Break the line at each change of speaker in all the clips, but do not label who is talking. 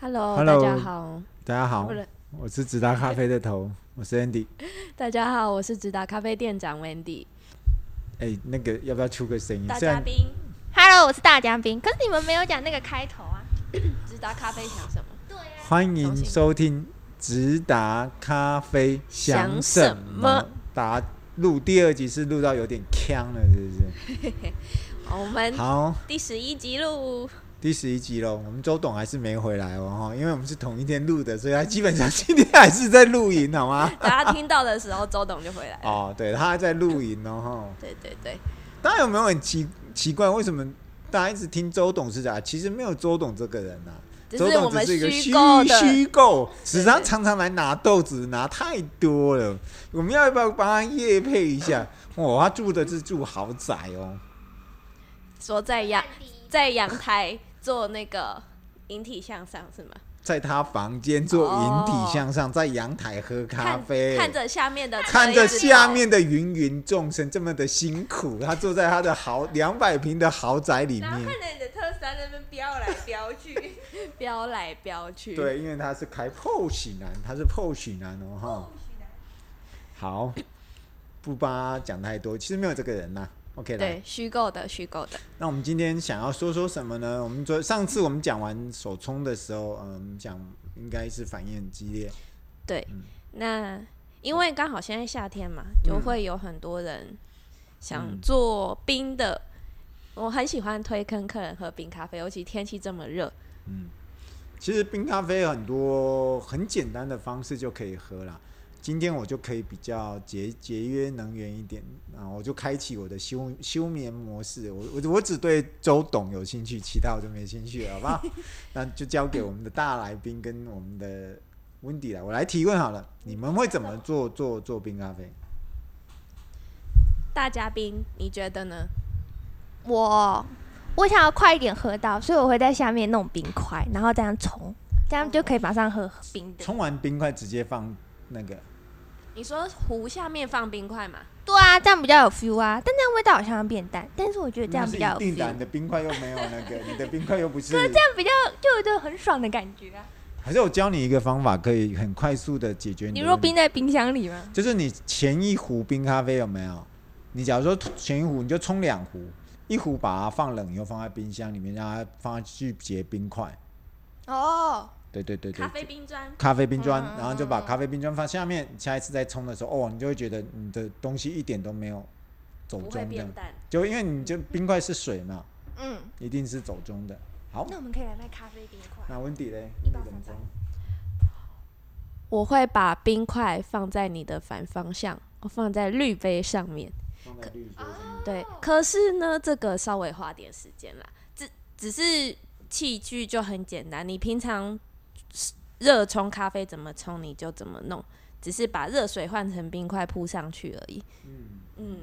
Hello，
Hello
大家好，
大家好
不，是
我是直达咖啡的头，我是 Andy。
大家好，我是直达咖啡店长 Wendy。
哎、那个要不要出个声音？
大
虽
嘉
然
宾，Hello，我是大嘉宾。可是你们没有讲那个开头啊。
直达咖啡想什么？
对啊，
欢迎收听直达咖啡
想
想
什
什
么
么？答录第二集是录到有点呛了，是不
好我们
是？好，
第十一集录，
第十一集喽，我们周董还是没回来哦，哈，因为我们是同一天录的，所以他基本上今天还是在录影，好吗？
大家听到的时候，周董就回来了。
哦，对，他还在录影哦，哈。
对对对，
大家有没有很奇奇怪，为什么大家一直听周董事长？啊其实没有周董这个人啊，
只
周
是我
董
们
只是一个
虚
虚
构的
虚构，史
对
上常常来拿豆子，拿太多了。我们要不要帮他夜配一下？哇，他住的是住豪宅哦，
说在阳在阳台做那个引体向上是吗？
在他房间做引
哦
体向上，在阳台喝咖
看
啡，
看着下面的车
看着
一直走
下，面的芸芸众生这么的辛苦，他坐在他的豪两百平的豪宅里
然后
面。
看着你的特斯拉在那边飙来飙去，
飙来飙去。，
对，因为他是开 POS 男，他是 POS 男哦哈。好，不帮他讲太多，其实没有这个人呐、OK 啦
对，，虚构的，虚构的。
那我们今天想要说说什么呢？我们昨上次我们讲完手冲的时候，嗯，讲应该是反应很激烈，
对
嗯，
那因为刚好现在夏天嘛，就会有很多人想
嗯
做冰的。我很喜欢推坑客人喝冰咖啡，尤其天气这么热。
嗯，其实冰咖啡有很多很简单的方式就可以喝啦。今天我就可以比较节节约能源一点啊，我就开启我的休休眠模式。我我我只对周董有兴趣，其他我就没兴趣了，好不好？那就交给我们的大来宾跟我们的温迪来，我来提问好了，你们会怎么做做做冰咖啡？
大嘉宾，你觉得呢？
我我想要快一点喝到，所以我会在下面弄冰块，然后这样冲，这样就可以马上喝冰的。
冲完冰块直接放那个
你说壶下面放冰块嘛？
对啊，这样比较有 feel 啊，但这样味道好像会变淡，但是我觉得这样
那是
比较有
一定
feel，
的，你的冰块又没有那 个，你的冰块又不是。
这样比较就有一种很爽的感觉啊。
还是我教你一个方法，可以很快速的解决你
你
的
若
问
冰
题。
在冰箱里吗？
就是你前一壶冰咖啡有没有？你假如说前一壶你就冲两壶，一壶把它放冷以后放在冰箱里面，让它放去结冰块。
哦，
对对对对，
咖啡冰砖。
咖啡冰砖，
嗯
然后就把咖啡冰砖放下面，下一次再冲的时候，哦，你就会觉得你的东西一点都没有走
不会
中的
变，淡，
就因为你就冰块是水嘛，
嗯，
一定是走中的。好，
那我们可以来卖咖啡冰 块。
那温迪嘞，
一
温
包
迪怎么
三
做？
我会把冰块放在你的反方向，我放在滤杯上面。
放在绿色上面
对，可是呢，这个稍微花点时间啦。只只是器具就很简单，你平常热冲咖啡怎么冲你就怎么弄，只是把热水换成冰块铺上去而已。
嗯，
嗯，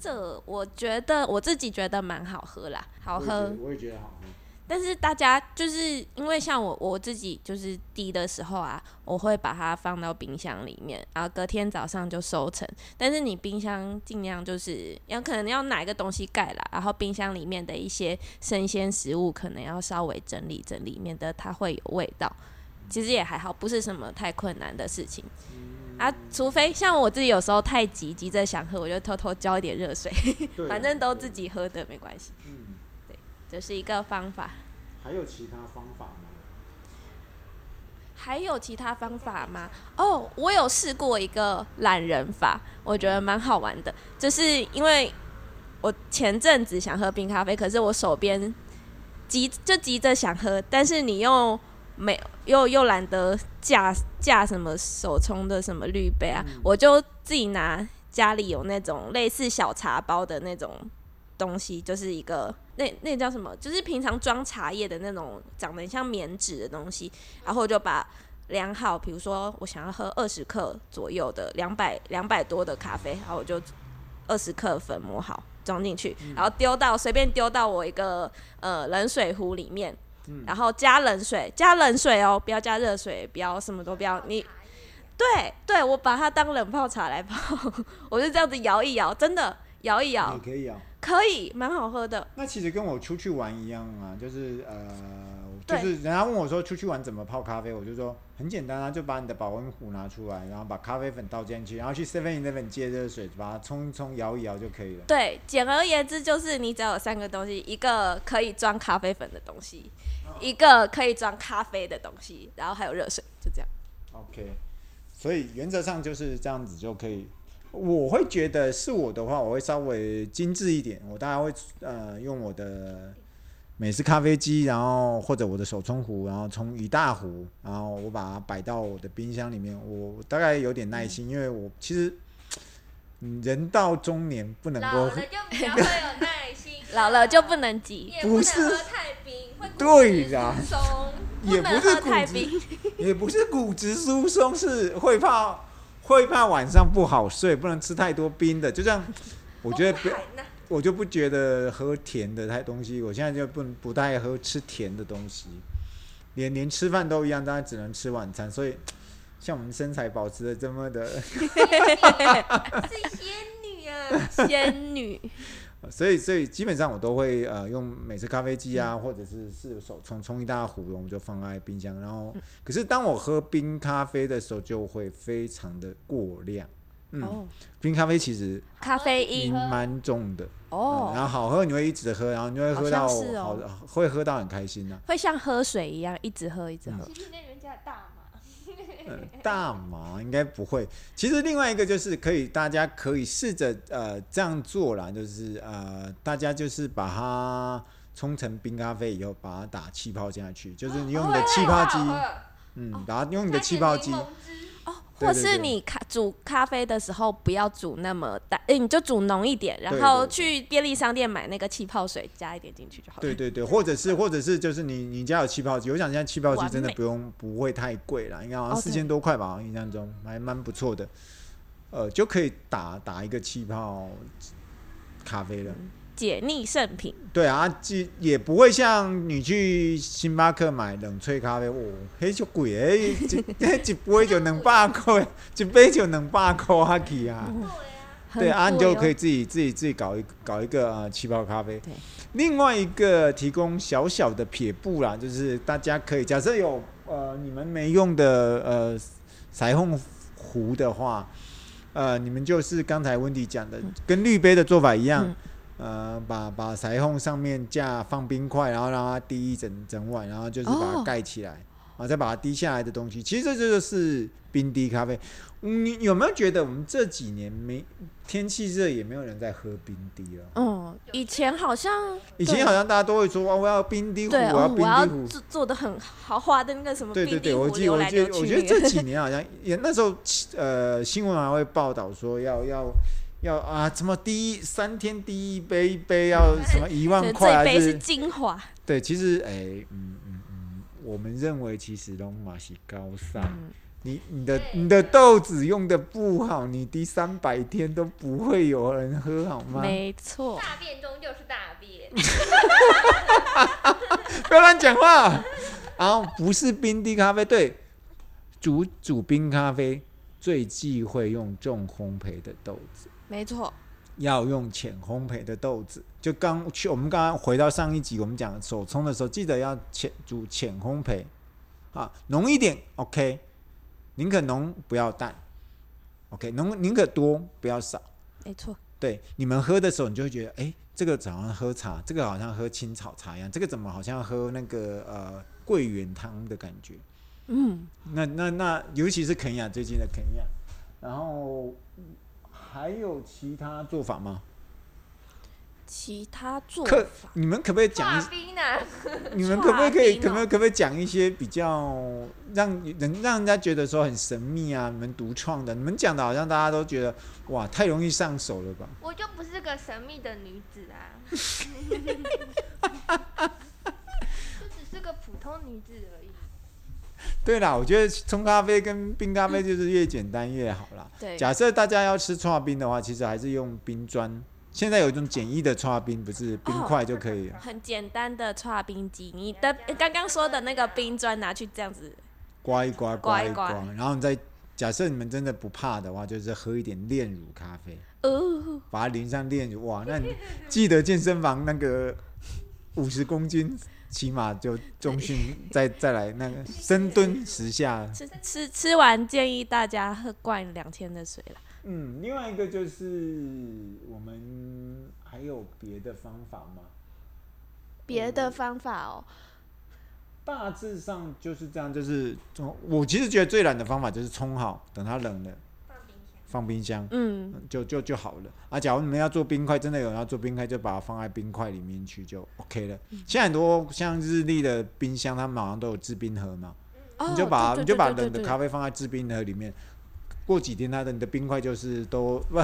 这我觉得我自己觉得蛮好喝啦，好喝。
我也觉得，我也觉得好喝。
但是大家就是因为像我我自己就是滴的时候啊，我会把它放到冰箱里面，然后隔天早上就收成。但是你冰箱尽量就是要可能要哪一个东西盖啦，然后冰箱里面的一些生鲜食物可能要稍微整理整理，免得它会有味道。其实也还好，不是什么太困难的事情
嗯
啊，除非像我自己有时候太急急着想喝，我就偷偷浇一点热水，
对啊
反正都
对
自己喝的没关系，
嗯，
这是一个方法。
还有其他方法吗？
还有其他方法吗？哦，我有试过一个懒人法，我觉得蛮好玩的。就是因为我前阵子想喝冰咖啡，可是我手边急就急着想喝，但是你又没又又懒得架架什么手冲的什么滤杯啊，我就自己拿家里有那种类似小茶包的那种东西，就是一个那那叫什么，就是平常装茶叶的那种，长得很像棉纸的东西，然后我就把量好，比如说我想要喝二十克左右的两百两百多的咖啡，然后我就二十克粉磨好装进去，
嗯
然后丢到随便丢到我一个呃冷水壶里面。
嗯
然后加冷水，加冷水哦，不要加热水，不要什么都不要。你 对对，我把它当冷泡茶来泡，我就这样子摇一摇，真的摇一摇
也，可以啊。
可以，蛮好喝的。
那其实跟我出去玩一样啊，就是呃，就
对
是人家问我说出去玩怎么泡咖啡，我就说很简单啊，就把你的保温壶拿出来，然后把咖啡粉倒进去，然后去 Seven Eleven 借热水，把它冲一冲、摇一摇就可以了。
对，简而言之就是你只要有三个东西：一个可以装咖啡粉的东西，
哦
一个可以装咖啡的东西，然后还有热水，就这样。，
OK，所以原则上就是这样子就可以。我会觉得是我的话，我会稍微精致一点，我当然会呃用我的美式咖啡机，然后或者我的手冲壶，然后冲一大壶，然后我把它摆到我的冰箱里面。我我大概有点耐心，因为我其实嗯人到中年不能
老
够
了就比较会有耐 心
老了就不能急，
也不
不是
能喝太冰，会
对
骨
啦
质疏松。
也不
能
是
喝
骨
太
质
冰。
也不是骨质疏松，是会怕会怕晚上不好睡，不能吃太多冰的。就像我觉得不，我就不觉得喝甜的太东西，我现在就不不太喝吃甜的东西，连连吃饭都一样，当然只能吃晚餐。所以像我们身材保持的这么的，
是仙女啊！
仙女，
所以所以基本上我都会呃用美式咖啡机
嗯
啊，或者是是手冲冲一大壶，我们就放在冰箱。然
嗯
后可是当我喝冰咖啡的时候，就会非常的过量。嗯，
哦，
冰咖啡其实
咖啡
因
因，
蛮重的，嗯然
哦，
后好喝你会一直喝，然后你会喝
好
到
像是哦
好会喝到很开心呐、
会像喝水一样一直喝，一直
嗯
喝。
其实那人家大嘛，
呃大麻应该不会。其实另外一个就是可以，大家可以试着呃这样做啦，就是呃大家就是把它冲成冰咖啡以后，把它打气泡下去，
啊
就是你用你的气泡机，嗯，把它用你的气泡机，
哦，
对
或
对
是
对
你咖煮咖啡的时候不要煮那么大，哎、你就煮浓一点，
对
然
对
后
对
去便利商店买那个气泡水，加一点进去就好了。
对对对，或者是或者是就是你你家有气泡机，我想现在气泡机
完
真的
美
不用不会太贵啦，应该好像
哦
四
对
千多块吧，我印象中还蛮不错的，呃，就可以打打一个气泡咖啡了。
解腻圣品，
对啊，既也不会像你去星巴克买冷萃咖啡，哦，嘿就贵诶，一一杯就两百块，一杯就两百块啊去啊。对啊，
很
你
贵
就可以
哦
自己自己自己搞一搞一个呃气泡咖啡
对。
另外一个提供小小的撇步啦，就是大家可以假设有呃你们没用的呃裁缝壶的话，呃你们就是刚才温迪讲的，跟滤杯的做法一样。
嗯
呃，把把裁缝上面架放冰块，然后让它滴一整整晚，然后就是把它
哦
盖起来，然后再把它滴下来的东西，其实这就是冰滴咖啡。嗯你有没有觉得我们这几年没天气热，也没有人在喝冰滴了？
嗯，以前好像
以前好像大家都会说，哦，我要冰滴壶，
对
要
哦，
冰
我要
滴壶。
做做的很豪华的那个什么
对
冰
对
滴
对，
壶
我记得
流
我
来
记
流
得，
去，
我觉得这几年 好像也那时候呃新闻还会报道说要要要啊什么第一三天第一杯一杯要什么一万
对
块
这一
还
杯
是
是精华，
对，其实哎、嗯嗯嗯，我们认为其实龙马是高尚。
嗯
你你的
对
你的豆子用的不好，你滴三百天都不会有人喝，好吗？
没错，
大便终究是大便，
不要乱讲话。然后不是冰滴咖啡，对，煮煮冰咖啡最忌讳用重烘焙的豆子。
没错，
要用浅烘焙的豆子。就刚去，我们刚刚回到上一集，我们讲手冲的时候，记得要浅煮浅烘焙，啊，浓一点 OK，宁可浓不要淡，OK，浓宁可多不要少。
没错，
对，你们喝的时候，你就会觉得，哎，这个好像喝茶，这个好像喝青草茶一样，这个怎么好像喝那个呃桂圆汤的感觉？
嗯，
那那那，尤其是肯亚最近的肯亚，然后嗯还有其他做法吗？
其他做
可
法
你们可不可以讲
化
一？
冰呢？
你们可不可以
冰哦
可不可以可不可以讲一些比较让人让人家觉得说很神秘啊？你们独创的，你们讲的好像大家都觉得哇，太容易上手了吧？
我就不是个神秘的女子啊， 就只是个普通女子而已。
对啦，我觉得冲咖啡跟冰咖啡就是越简单越好啦。
对
假设大家要吃串冰的话，其实还是用冰砖。现在有一种简易的串冰，不是冰块就可 以了，
很简单的搓冰机，你的刚刚说的那个冰砖拿去这样子，
刮一刮，
刮一
一刮
刮，
然后你再假设你们真的不怕的话，就是喝一点炼乳咖啡。
哦，
把它淋上炼乳，哇，那你记得健身房那个五十公斤，起码就中训 再再来那个深蹲十下。
吃吃吃完建议大家喝灌两天的水啦。
嗯，另外一个就是我们还有别的方法吗？
别的方法哦，
大致上就是这样，就是从我其实觉得最懒的方法就是冲好，等它冷了放冰箱。
嗯，
嗯就就就好了啊！假如你们要做冰块，真的有人要做冰块，就把它放在冰块里面去就 OK 了。
嗯
现在很多像日立的冰箱，他们好像都有制冰盒嘛，
哦
你就把
对
你
对
就把
对对
冷的
对
咖啡放在制冰盒里面，过几天它的你的冰块就是都不。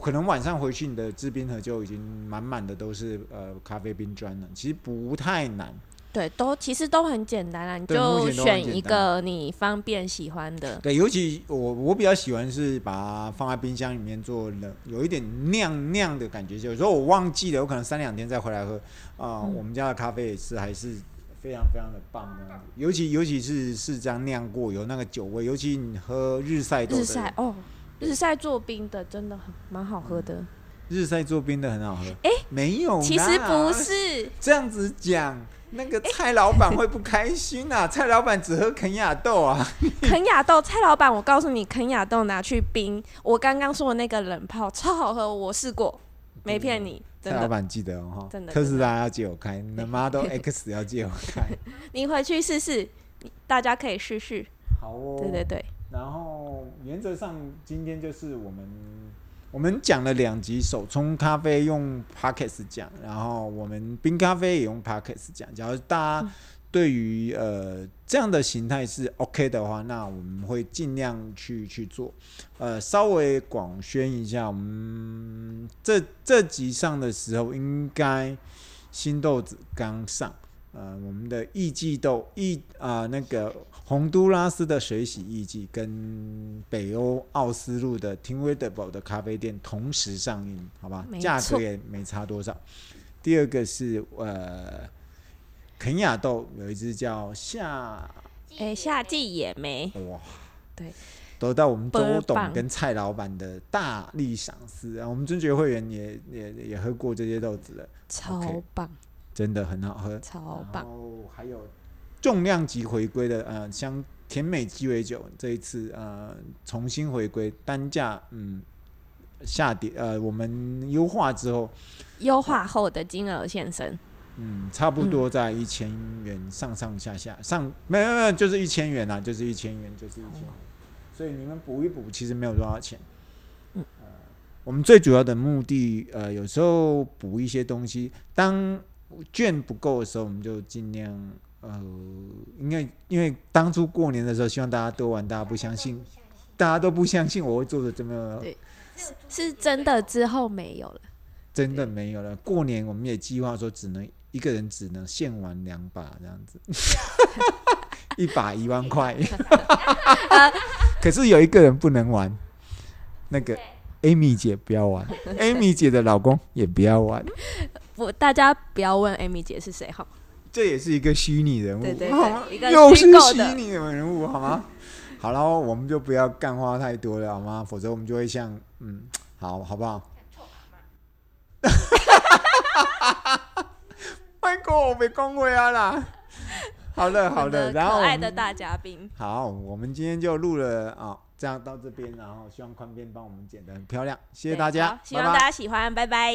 可能晚上回去，你的制冰盒就已经满满的都是呃咖啡冰砖了。其实不太难，
对，都其实都很简单啊啦，你
对目
就
前都很
选一
简单
个你方便喜欢的。
对，尤其我我比较喜欢是把它放在冰箱里面做冷，有一点酿酿的感觉。有时候我忘记了，我可能三两天再回来喝。啊、
嗯
我们家的咖啡也是还是非常非常的棒的，尤其尤其是是这样酿过，有那个酒味。尤其你喝日晒豆的
日晒哦，日晒做冰的真的很蛮好喝的。
日晒做冰的很好喝。哎、没有啦，
其实不是，
这样子讲，那个蔡老板会不开心啊！蔡老板只喝肯亚豆啊。
肯亚豆蔡老板，我告诉你，肯亚豆拿去冰，我刚刚说的那个冷泡超好喝，我试过，没骗你，真
嗯蔡老
的。
板记得哦，哈
真的
特斯拉要借我开，你的 Model X 要借我开。
你回去试试，你大家可以试试。
好哦
对对。对，
然后原则上今天就是我们我们讲了两集手冲咖啡用 Pockets 讲，然后我们冰咖啡也用 Pockets 讲。假如大家对于呃这样的形态是 OK 的话，那我们会尽量去去做。呃，稍微广宣一下，我们这这集上的时候应该新豆子刚上。呃，我们的艺伎豆艺啊、那个洪都拉斯的水洗艺伎跟北欧奥斯陆的 t i n w e d a b l e 的咖啡店同时上映，好吧
没？
价
错
格也没差多少。第二个是呃，肯亚豆有一只叫夏，
哎、夏季野莓，
哇，
对，
得到我们周
倍儿
董
棒
跟蔡老板的大力赏识啊！我们尊爵会员也也也喝过这些豆子了，
超棒
真的很好喝。
超
然
棒。
后还有重量级回归的呃，像甜美鸡尾酒这一次呃重新回归，单价嗯下跌呃，我们优化之后
优化后的金额现身，
嗯差不多在一千元上上下下上没有没有就是一千元啦，啊就是一千元就是一千元，所以你们补一补其实没有多少钱。
嗯
呃我们最主要的目的，呃，有时候补一些东西，当券不够的时候，我们就尽量呃，因为因为当初过年的时候，希望大家多玩，大家不相信，大家都不相信我会做的这么
对是真的之后没有了。
真的没有了。过年我们也计划说，只能一个人只能限玩两把这样子， 一把一万块， 可是有一个人不能玩，那个 Amy 姐不要玩，Amy 姐的老公也不要玩。
不，大家不要问 Amy 姐是谁哈。
这也是一个虚拟人物，
对对对
好吗
一个
又
虚
是
构
虚
的
拟人物，好吗？ 好了，我们就不要干话太多了，好吗？否则我们就会像，嗯，好好不好？ 外国我没讲话啊啦。好了好
我
了，
的
然后
可
我
爱
们
的大嘉宾，
好，我们今天就录了啊、这样到这边，然后希望宽边帮我们剪得很漂亮，谢谢
对
大家
好，希
拜
望
拜
大家喜欢，拜拜